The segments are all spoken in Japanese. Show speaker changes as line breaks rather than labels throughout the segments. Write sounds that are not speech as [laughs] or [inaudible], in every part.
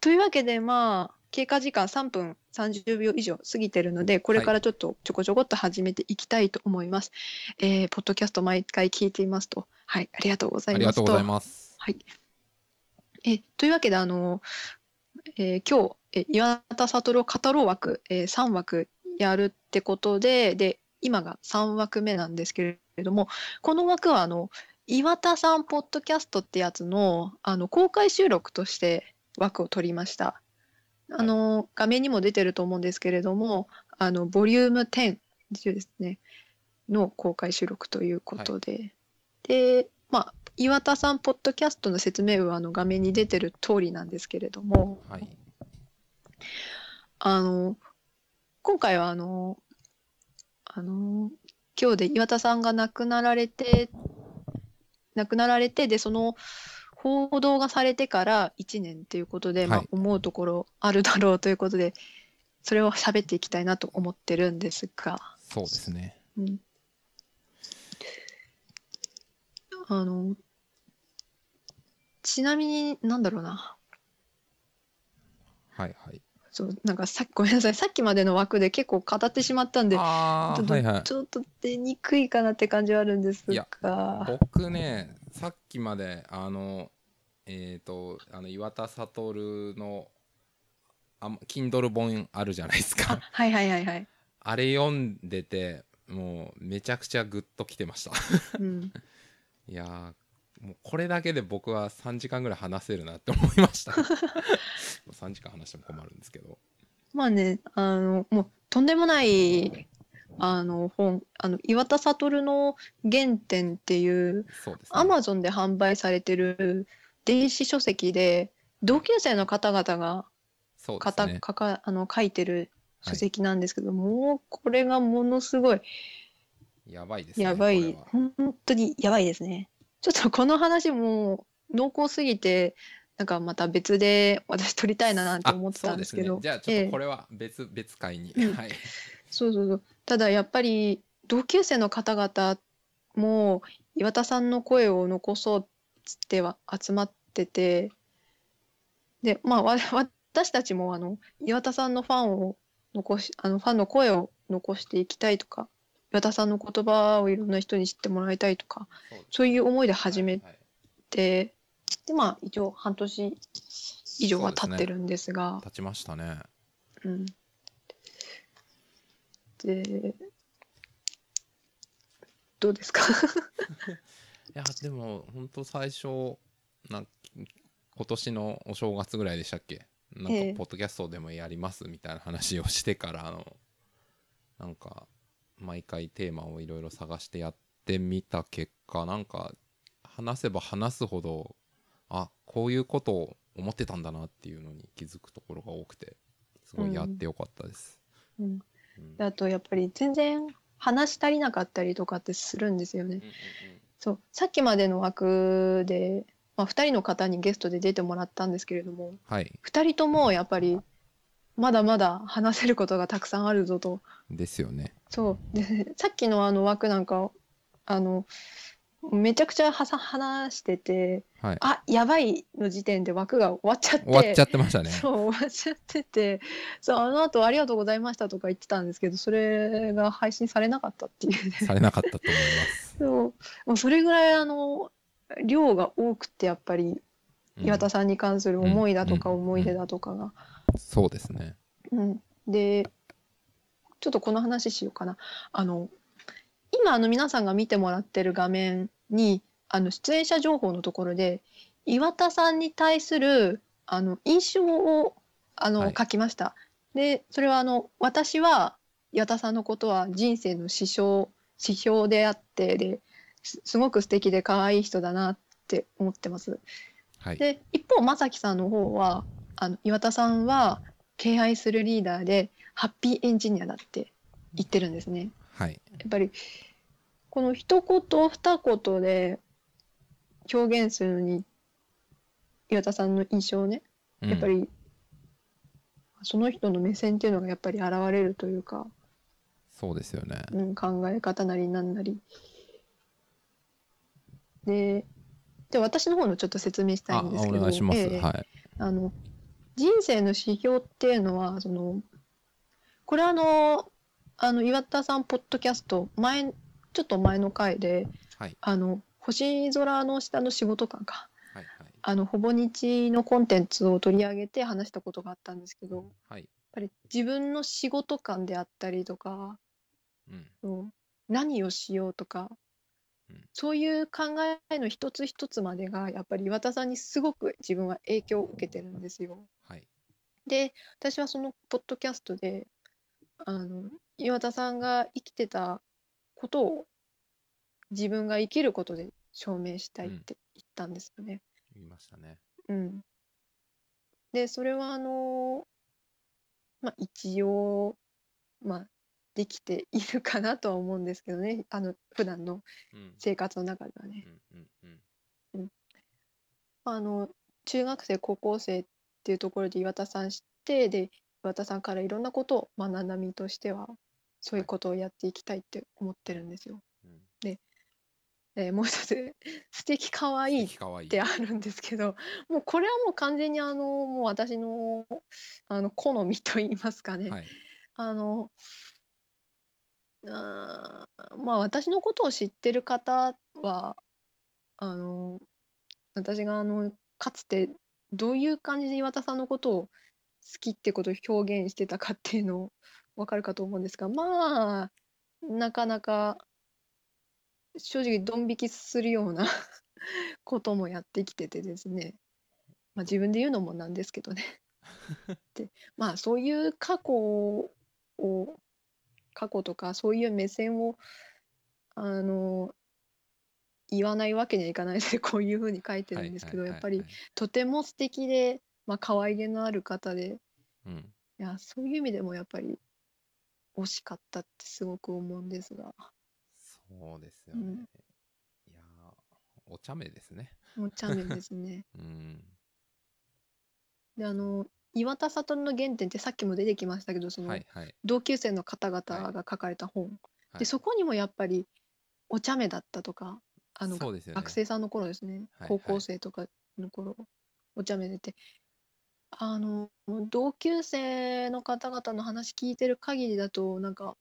というわけで、まあ、経過時間3分30秒以上過ぎてるので、これからちょっとちょこちょこっと始めていきたいと思います。えーポッドキャスト毎回聞いていますと。はい、ありがとうござ
あ
い
り
ま
が
す
とうございます。
はい。えというわけで、あの、えー今日、え岩田悟を語ろう枠、え3枠やるってことで、で、今が3枠目なんですけれども、この枠は、あの、岩田さんポッドキャストってやつの、あの、公開収録として枠を取りました。あの、画面にも出てると思うんですけれども、あの、ボリューム10ですね、の公開収録ということで、で、まあ、岩田さんポッドキャストの説明文はあの画面に出てる通りなんですけれども、
はい。
あの今回はあのあの今日で岩田さんが亡くなられて亡くなられてでその報道がされてから1年ということで、ま
は
あ
い、
思うところあるだろうということでそれを喋っていきたいなと思ってるんですが。
そうですね。
うんあの、ちなみになんだろうな。
はいはい。
そう、なんかさっき、ごめんなさい。さっきまでの枠で結構語ってしまったんで、
あ
ちょ
あ、
っと
はいはい。
ちょっと出にくいかなって感じはあるんです
いや
が、
僕ね、さっきまで、あの、えっ、と、あの岩田悟の、あん Kindle 本あるじゃないです
あ
か。
はいはいはいはい。
あれ読んでて、もうめちゃくちゃグッときてました。
うん。
いやーもうこれだけで僕は3時間ぐらい話せるなって思いました。3時間話しても困るんですけど。
まあね、あの、もう、とんでもない、あの、本、あの、岩田悟の原点っていう、
そうですね。
アマゾンで販売されてる電子書籍で同級生の方々が
そうで
か
す
た、
ね。
かかあの書いてる
は
書
い
籍なんですけど、もうこれがものすごい
やばいですね。
やばい、
これは
本当にやばいですね。ちょっとこの話もう濃厚すぎてなんかまた別で私撮りたいななんて思ってたんですけ
あそう
ど
ね、じゃあちょっとこれは別、別回に、
うん
はい
そうそうそう。ただやっぱり同級生の方々も岩田さんの声を残そうっつっては集まってて、で、まあわ私たちもあの岩田さんのファンを残し、あのファンの声を残していきたいとか、岩田さんの言葉をいろんな人に知ってもらいたいとか、そういう思いで始め
はいはい
て、でまあ一応半年以上は経ってるんですが。
立ちましたね
うんで、どうですか [laughs]
いやでも本当最初なん今年のお正月ぐらいでしたっけなんか
ええ
ポッドキャストでもやりますみたいな話をしてからあのなんか毎回テーマをいろいろ探してやってみた結果なんか話せば話すほどあこういうことを思ってたんだなっていうのに気づくところが多くてすごいやってよかったです、
うん
うん
あとやっぱり全然話し足りなかったりとかってするんですよね。そうさっきまでの枠で、まあ、2人の方にゲストで出てもらったんですけれども
はい
2人ともやっぱりまだまだ話せることがたくさんあるぞと
ですよね
そうでさっきのあの枠なんかあのめちゃくちゃはさ話してて
はい
あやばいの時点で枠が終わっちゃって
終わっちゃってましたね
そう終わっちゃってて [laughs] そうあの後ありがとうございましたとか言ってたんですけどそれが配信されなかったって
[laughs]
いうね
されなかったと思います
そうもうそれぐらいあの量が多くてやっぱり
うん
岩田さんに関する思いだとか
うん
思い出だとかが、
そうですね
うん、でちょっとこの話しようかなあの今あの皆さんが見てもらってる画面にあの出演者情報のところで岩田さんに対するあの印象をあの、
はい
書きました。でそれはあの私は岩田さんのことは人生の指標指標であってですすごく素敵で可愛い人だなって思ってます。
はい
で一方正樹さんの方はあの岩田さんは敬愛するリーダーでハッピーエンジニアだって言ってるんですね。
はい
やっぱりこの一言二言で表現するのに岩田さんの印象をね
うん
やっぱりその人の目線っていうのがやっぱり現れるというか、
そうですよね
うん、考え方なりなんなり。でで私の方のちょっと説明したい
あ
んです
お
けど
願いします
ええ
はい
あの人生の指標っていうのはそのこれあのあの岩田さんポッドキャスト前ちょっと前の回で
はい
あの星空の下の仕事感か
はいはい
あのほぼ日のコンテンツを取り上げて話したことがあったんですけどやっ
はい
ぱり自分の仕事感であったりとか
うん
うん何をしようとか、
うん
そういう考えの一つ一つまでがやっぱり岩田さんにすごく自分は影響を受けてるんですよ。
はい
で私はそのポッドキャストであの岩田さんが生きてたことを自分が生きることで証明したいって言ったんですよね。
言いましたね
うん、でそれはあのまあ一応まあできているかなとは思うんですけどねあの普段の
うん
生活の中では
う
ね。
んうんうん
まああの中学生高校生っていうところで岩田さん知ってで岩田さんからいろんなことを学んだ身としてはそういうことをやっていきたいって思ってるんですよ。
うん
えーもう一つ [laughs] 「素敵可愛い
素敵かわい
っ
い
てあるんですけどもうこれはもう完全にあのもう私のあの好みと言いますかね、
はい
あのあーまあ私のことを知ってる方はあの私があのかつてどういう感じで岩田さんのことを好きってことを表現してたかっていうのを分かるかと思うんですがまあなかなか正直ドン引きするような [laughs] こともやってきててですね、まあ、自分で言うのもなんですけ
[laughs]
どね。でまあそういう過去を過去とかそういう目線をあの言わないわけにはいかないのでこういうふうに書いてるんですけど、
はいはい
やっぱり
はいはい
とても素敵で、まあ可愛げのある方で
うん
いやそういう意味でもやっぱり惜しかったってすごく思うんですが
そうですよね、
うん
いやーお茶目ですね
もうチャンネルです
[laughs]
ね。
うん
であの岩田悟の原点ってさっきも出てきましたけどその、
はいはい
同級生の方々が書かれた本、
はい
でそこにもやっぱりお茶目だったとかあの
そうですよね
学生さんの頃ですね、
はい
高校生とかの頃、お茶目でてあの同級生の方々の話聞いてる限りだとなんか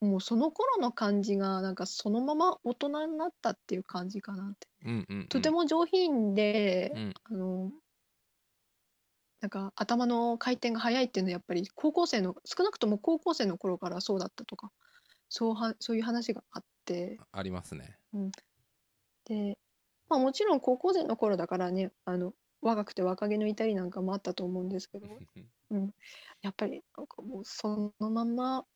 もうその頃の感じがなんかそのまま大人になったっていう感じかなって
うんうんうん
とても上品で、
うん
あのなんか頭の回転が速いっていうのはやっぱり高校生の少なくとも高校生の頃からそうだったとかそうはそういう話があって
ありますね
で、まあ、もちろん高校生の頃だからねあの若くて若気の至りなんかもあったと思うんですけどやっぱりなんかもうそのまま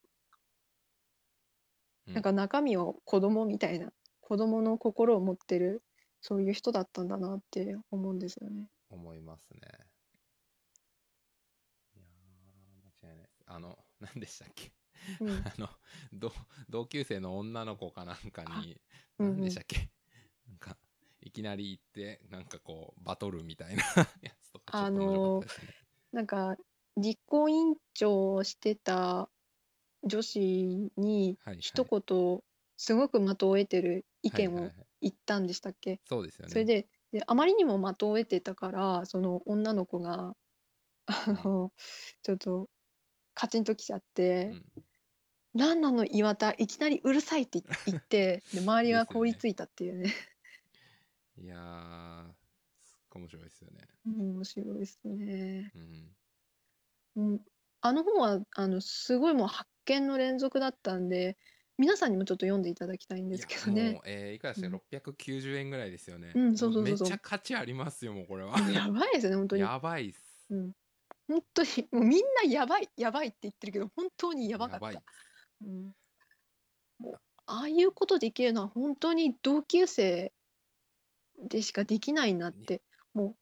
うん
なんか中身を子供みたいな子供の心を持ってるそういう人だったんだなって思うんですよね。
思いますね。いやー、間違いないです。あの、 [laughs] 何でしたっけ
うん
[laughs] あの、同同級生の女の子かなんかに、
あうんうん
何でしたっけ、なんか、いきなり行って、なんかこう、バトルみたいな [laughs] やつとか、ちょっと面白かったですね。
なんか実行委員長をしてた女子に
はいはい
一言すごく的を得てる意見
はいは
を
いはい
言ったんでしたっけ、
そうですよね。
それでであまりにも的を得てたからその女の子があのちょっとカチンときちゃっ
う
て
ん、
「何なの岩田いきなりうるさい」って言言ってで周りが凍りついたっていうね
いやー、すっごい面白いですよね。
うん面白いですね。
うん。
うんあの本はあのすごいもう発見の連続だったんで皆さんにもちょっと読んでいただきたいんですけど
いやも
ね
う、えー、いくらでしたっけ ?690 円ぐらいですよね。
うんそうそうそうそう
めっちゃ価値ありますよ、もうこれは。
やばいですよね本当に
やばいっす。
本当にもうみんなやばいやばいって言ってるけど本当にやばかった
い
うん、もうああいうことできるのは本当に同級生でしかできないなってもう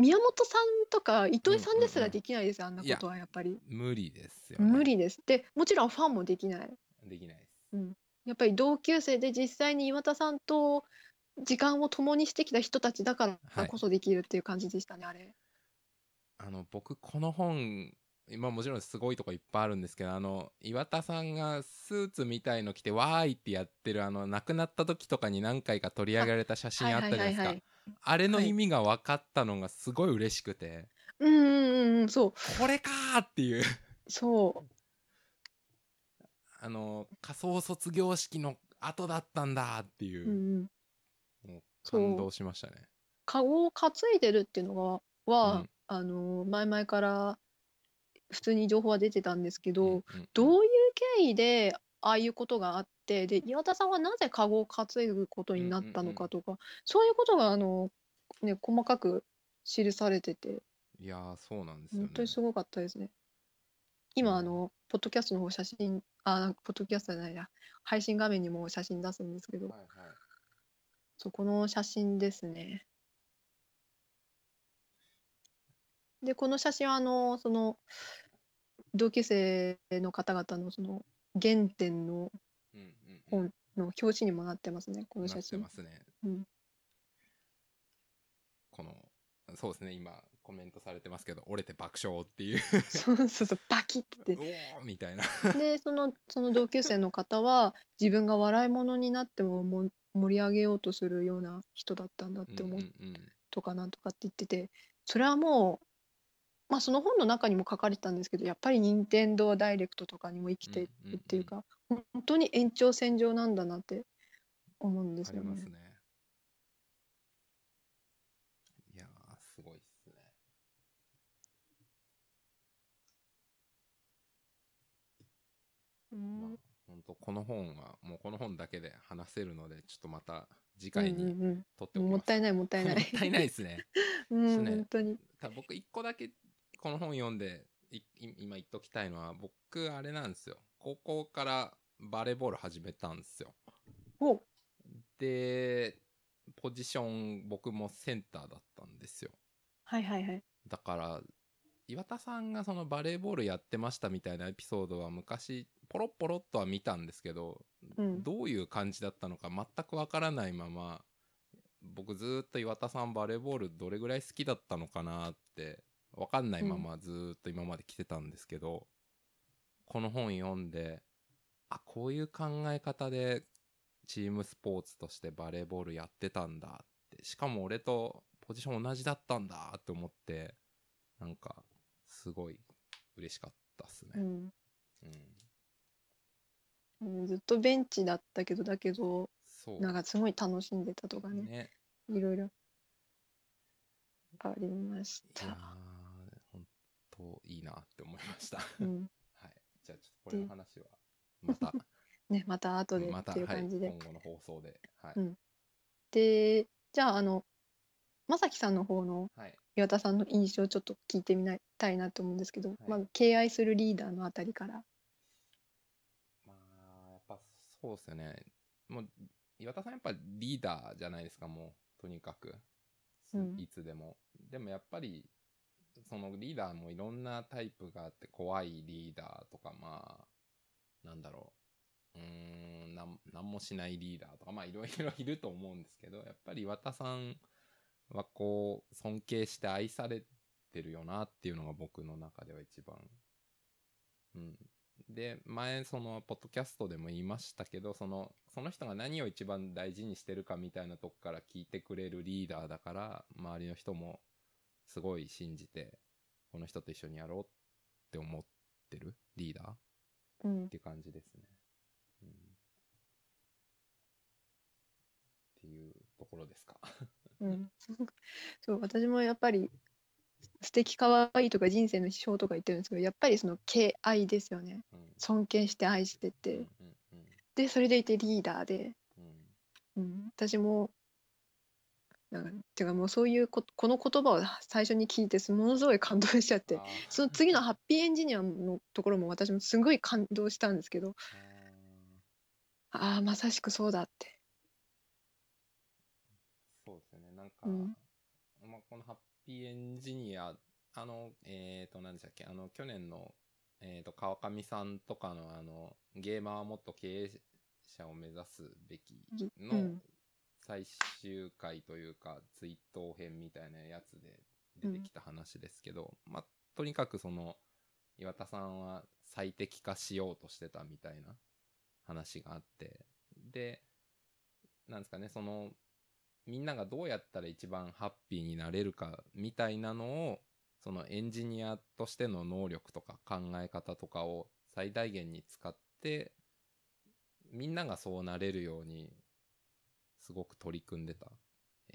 宮本さんとか糸井さんです
うんう
ら
んうん
できないです、あんなことはやっぱり
無理ですよ、ね、
無理ですでもちろんファンもできない
できないです
やっぱり同級生で実際に岩田さんと時間を共にしてきた人たちだか
は
ら
い
こそできるっていう感じでしたね、あれ。
あの僕この本今もちろんすごいとこいっぱいあるんですけどあの岩田さんがスーツみたいの着てわーいってやってるあの亡くなった時とかに何回か取り上げられた写真あったじゃないですかあれの意味が分かったのがすごい嬉しくて、
うんうんうんうんそ
これかーっていう
うそ、
あの仮想卒業式の後だったんだーっていう
う
う、
んうん、
もう
そう
感動しましたね
カゴを担いでるっていうのがは、
うん
あの前々から普通に情報は出てたんですけど、
うんうん
どういう経緯でああいうことがあってで岩田さんはなぜカゴを担ぐことになったのかとか、そういうことがあの、ね、細かく記されてて
いやーそうなんですよね
本当にすごかったですね。今、あの、ポッドキャストの方写真、あ、ポッドキャストじゃないな、配信画面にも写真出すんですけど
は、いはい
そこの写真ですね。で、この写真は、あの、その、同級生の方々の、その、原点の
うんうんうん
本の表紙にもなってますね、この
な
写
って
真
ま。すね、
うん
このそうですね今コメントされてますけど折れて爆笑っていう
[laughs] そうそうそう、バキッ
う
て。
[laughs] おーみたいな [laughs]
でそのその同級生の方は自分が笑い物になってもも盛り上げようとするような人だったんだって思う
うんうんうん
とかなんとかって言っててそれはもう、まあ、その本の中にも書かれてたんですけどやっぱり任天堂ダイレクトとかにも生きてる
うんうんうん
っていうか、本当に延長線上なんだなって思うんです
あ
よ
ります
ね。
ね。いやー、すごいっすね。
う
まあ
ん、
本当この本は、もうこの本だけで話せるので、ちょっとまた次
うん
回に
うん
撮って
う
おき
ん、
ます。
もったいないもったいない。
[laughs] もったいないですね。
[laughs] うん、
ね
本当に。
ただ僕、一個だけこの本読んで、いい今言っときたいのは、僕、あれなんですよ。高校からバレーボール始めたんですよ。
お
で、ポジション、僕もセンターだったんですよ。
はいはいはい。
だから岩田さんがそのバレーボールやってましたみたいなエピソードは昔ポロッポロッとは見たんですけど、
うん
どういう感じだったのか全くわからないまま僕ずーっと岩田さんバレーボールどれぐらい好きだったのかなってわかんないままずーっと今まで来てたんですけど、この本読んであこういう考え方でチームスポーツとしてバレーボールやってたんだってしかも俺とポジション同じだったんだって思ってなんかすごい嬉しかったっす
う
ね。
ん
うん
うんずっとベンチだったけどだけど
そう
なんかすごい楽しんでたとかね
ね
いろいろありまし
いやー
た。、
本当いいなって思いま
[laughs]
した。
う
はい。
ん、
じゃあ、ちょっとこれの話は、また、
ねまた [laughs] 後で
ま、
ったていう
はい、
感じで。
今後の放送で。はい。
うんでじゃああのまさきさんの方の
はい。
岩田さんの印象をちょっと聞いてみないたいなと思うんですけど、
はい
まず敬愛するリーダーのあたりから。
まあ、やっぱそうですよね。もう、岩田さんやっぱリーダーじゃないですか、もう、とにかく。
うん
いつでも。でもやっぱり、そのリーダーもいろんなタイプがあって、怖いリーダーとか、まあ、なんだろう。うーん、なん、なんもしないリーダーとか、まあいろいろいると思うんですけど、やっぱり岩田さんはこう、尊敬して愛されてるよなっていうのが僕の中では一番。うん、で前そのポッドキャストでも言いましたけどそのその人が何を一番大事にしてるかみたいなとこから聞いてくれるリーダーだから周りの人もすごい信じてこの人と一緒にやろうって思ってるリーダーっ
うん
ていう感じですね。うん、っていうところですか。
うん、 [laughs] そう私もやっぱり素敵可愛いとか人生の指標とか言ってるんですけどやっぱりその敬愛ですよね
うん
尊敬して愛して
う
て、
んうんうん
でそれでいてリーダーで、
うん
うん、私もなんかてかもうそういうここの言葉を最初に聞いてものすごい感動しちゃって
あー
その次のハッピーエンジニアのところも私もすごい感動したんですけど
あー
ああまさしくそうだって
そうですよね。なんか、
うん
まあ、このハッピーエンジニア、あの、えっ、と、何でしたっけ、あの、去年の、えっ、と、川上さんとかの、あの、ゲーマーはもっと経営者を目指すべき
う
の
ん
最終回というか、追悼編みたいなやつで出てきた話ですけど、まあ、とにかくその、岩田さんは最適化しようとしてたみたいな話があって、で、なんですかね、その、みんながどうやったら一番ハッピーになれるかみたいなのをそのエンジニアとしての能力とか考え方とかを最大限に使ってみんながそうなれるようにすごく取り組んでた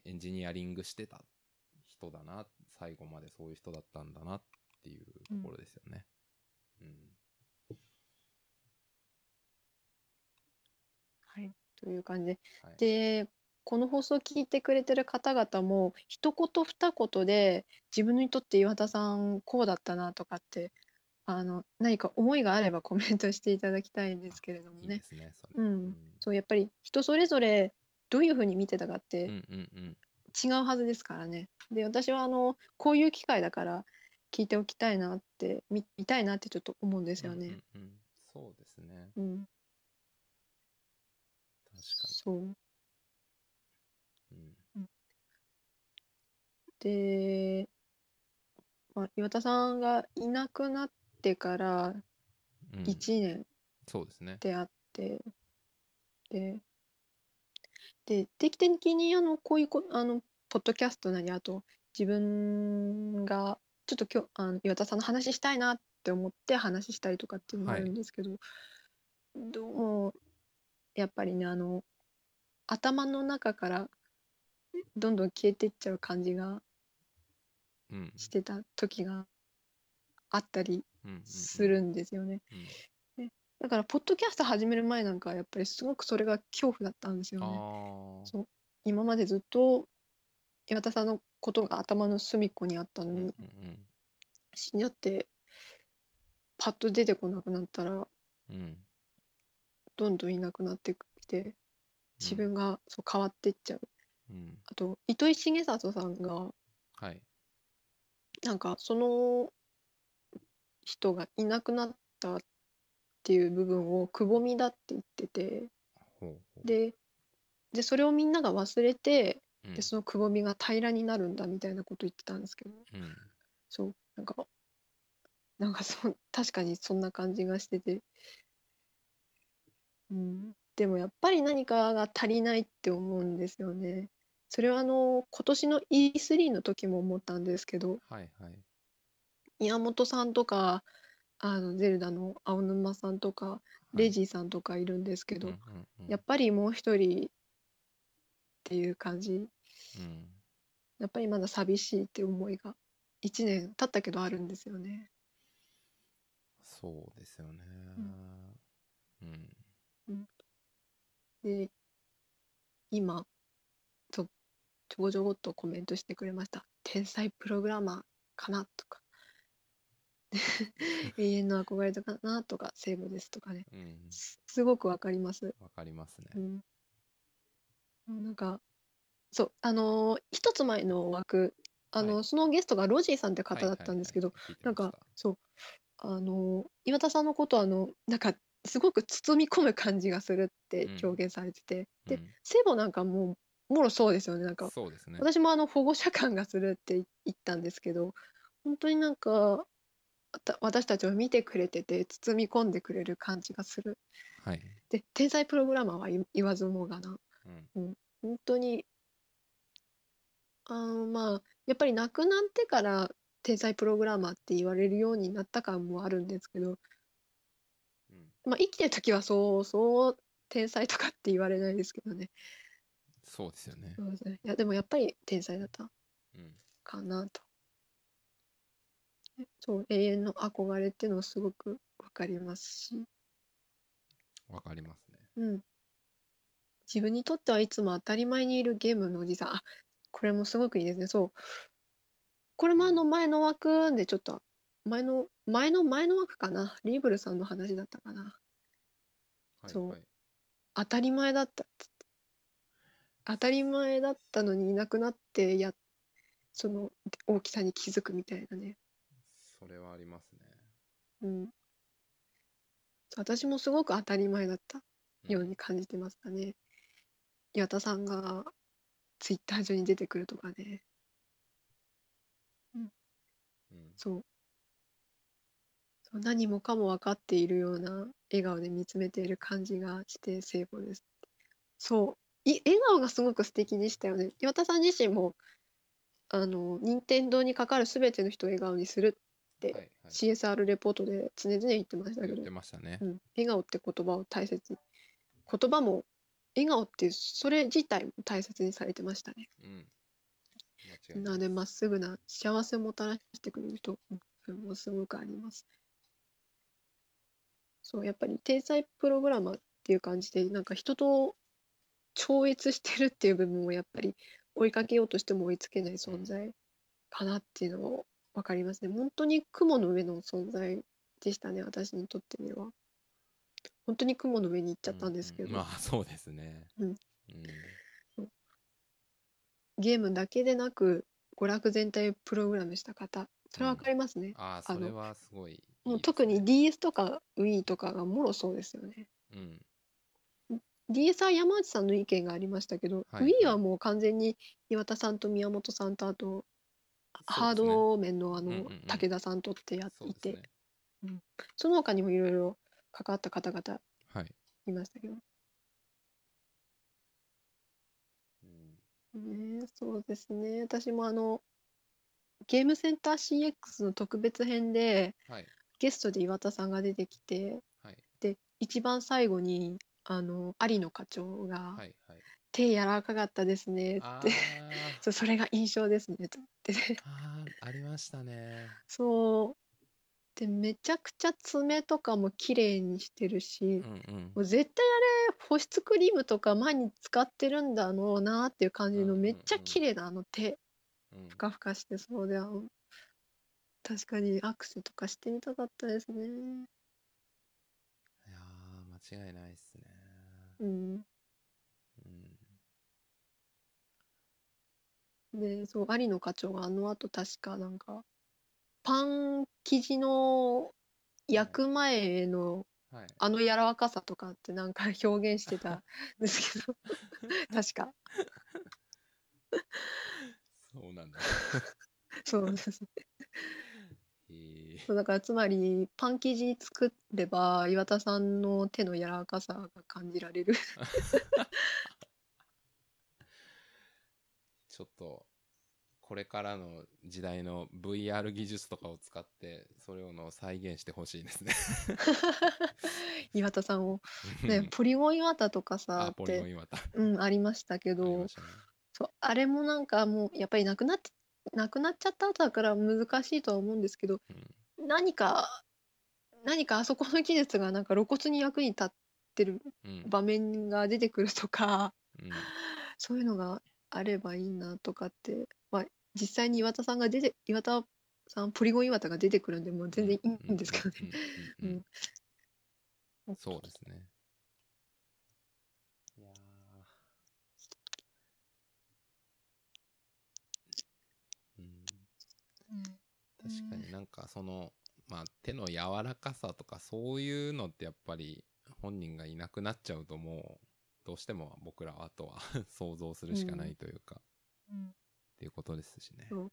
エンジニアリングしてた人だな最後までそういう人だったんだなっていうところですよね。うん
はい、という感じで
はい、
でこの放送を聞いてくれてる方々も一言二言で自分にとって岩田さんこうだったなとかってあの何か思いがあればコメントしていただきたいんですけれども
いい
ね
ですねそれ、
うん
うん
そうやっぱり人それぞれどういうふうに見てたかっ
う
て
んうんうん
違うはずですからね。で私はあのこういう機会だから聞いておきたいなって見見たいなってちょっと思うんですよね。
うんうんうんそうですね
うん、
確
そう
かに、うん
で、まあ、岩田さんがいなくなってから
うん
1年
そうですね
であって、でで定期的にあのこういうこあのポッドキャストなりあと自分がちょっと今日あの岩田さんの話したいなって思って話したりとかっていうのがあるんですけど、どうもやっぱりねあの頭の中からどんどん消えていっちゃう感じが
うん
してた時があったり
うんうんうん
するんですよね。
うん
だからポッドキャスト始める前なんかはやっぱりすごくそれが恐怖だったんですよね。
ああ
そう今までずっと岩田さんのことが頭の隅っこにあったの
うんうん
に
うん
死んじゃってパッと出てこなくなったら
うん
どんどんいなくなってきて自分がそう変わってっちゃう。
うん
あと糸井重里さんが
はい
なんかその人がいなくなったっていう部分をくぼみだって言ってて
ほうほう
ででそれをみんなが忘れて
うん
でそのくぼみが平らになるんだみたいなこと言ってたんですけど
うん
そうなんかなん [laughs] かそう確かにそんな感じがしてて、うん、でもやっぱり何かが足りないって思うんですよね。それはあの今年の E3 の時も思ったんですけど、
はいはい
宮本さんとかあのゼルダの青沼さんとかレジーさんとかいるんですけ
け
ど、
うんうんうん、
やっぱりもう一人っていう感じ
うん
やっぱりまだ寂しいって思いが1年経ったけどあるんですよね。
そうですよねうん
で今ちょちょこちょこっとコメントしてくれました「天才プログラマーかな」と
[laughs]
か「永遠の憧れだかな」とか「聖母です」とかね
うん
すすごくわかります。
わかりますね
うん、なんかそうあのー一つ前の枠あのー、
はい
そのゲストがロジーさんって
はい
方だったんですけど、
はいはい聞いて
な
ま
ん
した
かそうあのー岩田さんのことあのなんかすごく包み込む感じがするって
うん
表現されてて、
う
で
ん
聖母なんかもうもろそうですよねなんか
そうですね
私もあの保護者感がするって言ったんですけど本当になんかた私たちを見てくれてて包み込んでくれる感じがする
はい
で天才プログラマーは言言わずもがな
うん
本当にあーまあやっぱり亡くなってから天才プログラマーって言われるようになった感もあるんですけど、
うん
まあ、生きてる時はそうそう天才とかって言われないですけどね
そうですよね
そうですねいやでもやっぱり天才だった
うん
かなとそう永遠の憧れっていうのはすごくわかりますし、
わかりますね
うん、自分にとってはいつも当たり前にいるゲームのおじさんあこれもすごくいいですねそうこれもあの前の枠でちょっと前の前の前の枠かなリーブルさんの話だったかな
はい
そう
はい
当たり前だったっつって当たり前だったのにいなくなってやその大きさに気づくみたいなね
それはありますね
うんそう私もすごく当たり前だった
うん
ように感じてましたね。岩田さんがツイッター上に出てくるとかね。
うん
そう。そう何もかも分かっているような笑顔で見つめている感じがして聖母です。そう。い笑顔がすごく素敵でしたよね。岩田さん自身もあの任天堂にかかる全ての人を笑顔にする
い
で
はい、
CSR レポートで常々言ってましたけ
言っ
ど
て、ましたね
う。ん、笑顔って言葉を大切に言葉も笑顔っていうそれ自体も大切にされてましたね。
うん。間違い
な
な
の
い
でまっすぐな幸せをもたらしてくれる人うんそれもすごくあります。そうやっぱり天才プログラマーっていう感じでなんか人と超越してるっていう部分をやっぱり追いかけようとしても追いつけない存在かなっていうのを分かりますね。本当に雲の上の存在でしたね私にとってみれば。本当に雲の上に行っちゃったんですけど、
うまあそうですね。
うん
うん
ゲームだけでなく娯楽全体をプログラムした方それは分かりますね。
ああ、それはすごいいいですね。
もう特に DS とか Wii とかがもろそうですよね。
うん。
DS は山内さんの意見がありましたけど、
はいはい
Wii はもう完全に岩田さんと宮本さんとあと、ハー
を
ド面のあの、
うんうんうん
武田さんとってやっていて、
ね。
その他にもいろいろ関わった方々
はい。
いましたけど、ね、そうですね私もあのゲームセンター CX の特別編で
はい。
ゲストで岩田さんが出てきて
はい。
で一番最後にあの有野課長が、
はい。はい。
手柔らかかったですね
あ
って [laughs] そうそれが印象ですねと言ってて
あ。ああ、ありましたね。
そうでめちゃくちゃ爪とかも綺麗にしてるし、
うん
も
うん。
う絶対あれ保湿クリームとか前に使ってるんだろうなっていう感じ
うんう
の
んうん
めっちゃ綺麗なあの手
うん
ふかふかしてそうであの確かにアクセとかしてみたかったですね
いやー間違いないっすね。
うん
うん。
でそう有野課長があのあと確かなんかパン生地の焼く前への
はい。
あの柔らかさとかってなんか [laughs] 表現してたんですけど [laughs] 確か
そうなんだ。
そうですね
へー
そうだからつまりパン生地作れば岩田さんの手の柔らかさが感じられる [laughs]
ちょっと、これからの時代の VR 技術とかを使って、それをの再現してほしいですね。
岩田さんを、
[laughs]
ね、ポリゴン岩田とかさ
あ、
っ
ポリゴン
て
岩田。あ
うん、ありましたけ
り
ど
ましたね
そうあれもなんかもうやっぱりなくなってなくなっちゃった後だから難しいとは思うんですけど
うん
何か何かあそこの技術がなんか露骨に役に立ってる
うん
場面が出てくるとか
うん
そういうのがあればいいなとかって、まあ、実際に岩田さんが出て岩田さんポリゴン岩田が出てくるんでもう全然いいんですけどね。
うんうんうんうん
う
うん
ん
そうですね。いやーうん確かになんかその、まあ、手の柔らかさとかそういうのってやっぱり本人がいなくなっちゃうともうどうしても僕らはあとは [laughs] 想像するしかないというか、っ
うん
ていうことですしね。
そう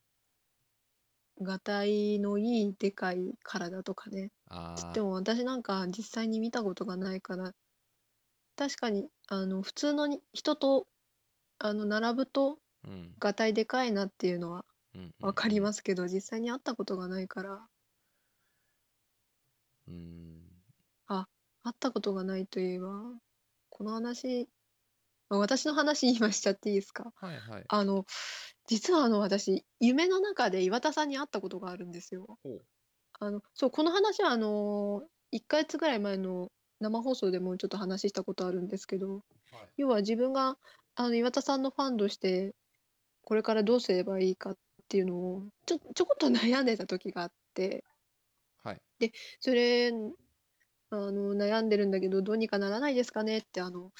がたいのいいでかい体とかね
あ
つ
あ
っても私なんか実際に見たことがないから確かにあの普通のに人とあの並ぶと
うん
がたいでかいなっていうのは
うん。
分かりますすけど、実際に会ったことがないから
うん
会ったことがないといえばこの話あ私の話今しちゃっていいですか
はいはい。
あの実はあの私夢の中で岩田さんに会ったことがあるんですよ。
ほう
あのそうこの話はあの1ヶ月ぐらい前の生放送でもちょっと話したことあるんですけど
はい
要は自分があの岩田さんのファンとしてこれからどうすればいいかっていうのをちょちょこっと悩んでた時があって。
はい。
それあの悩んでるんだけどどうにかならないですかねってあの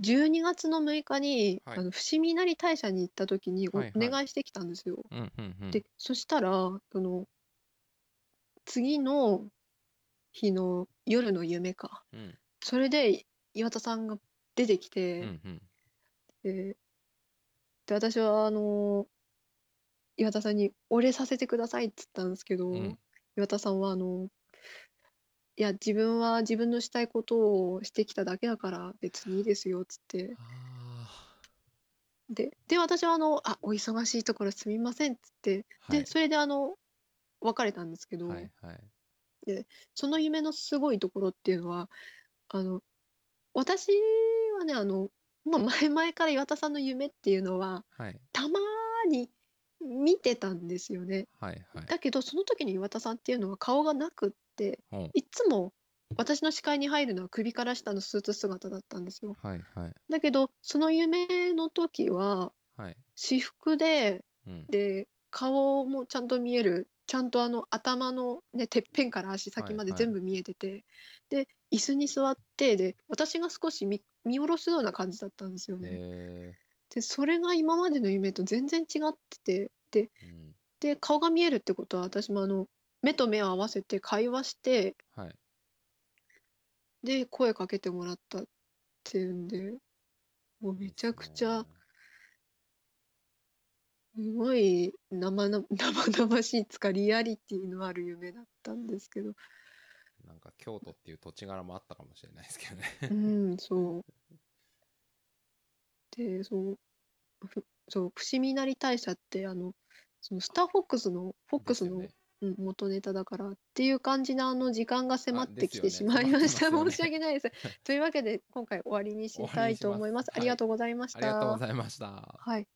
12月の6日に、
はい
あの伏見稲荷大社に行った時にお,、
はいはい
願いしてきたんですよ。
うんうんうん。
でそしたらその次の日の夜の夢か
うん
それで岩田さんが出てきて、
うんうん。
でで私はあの岩田さんに「お礼させてください」っつったんですけど、
うん
岩田さんはあの「いや自分は自分のしたいことをしてきただけだから別にいいですよ」っつって
あ
でで私はあの「あお忙しいところすみません」っつって
はい
でそれであの別れたんですけど、
はいはい
その夢のすごいところっていうのはあの私はねあの、まあ、前々から岩田さんの夢っていうのは
はい
たまに見てたんですよね。
はいはい
だけどその時に岩田さんっていうのは顔がなくって
ほう
いつも私の視界に入るのは首から下のスーツ姿だったんですよ。
はいはい
だけどその夢の時は
はい
私服で
うん
で顔もちゃんと見えるちゃんとあの頭の、ね、てっぺんから足先まで
はいはい
全部見えてて、で椅子に座ってで私が少し見見下ろすような感じだったんですよね。
え
でそれが今までの夢と全然違っててで
ーうん
で顔が見えるってことは私もあの目と目を合わせて会話して
はい
で声かけてもらったっていうんでもうめちゃくちゃすごい生な生々 [laughs] しいつかリアリティのある夢だったんですけど
なんか京都っていう土地柄もあったかもしれないですけどね
うん、そう。で、その、ふそう、伏見稲荷大社って、あの、そのスターフォックスの、フォックスの、
ですよね
うん元ネタだからっていう感じのあの時間が迫ってきて
です
し
よね
まいました。
迫ってますよね
申し訳ないです。というわけで、今回終わりにしたいと思います。
終
あ
わりにします
りがとうございまし
ありがとう
た
ございました
はい。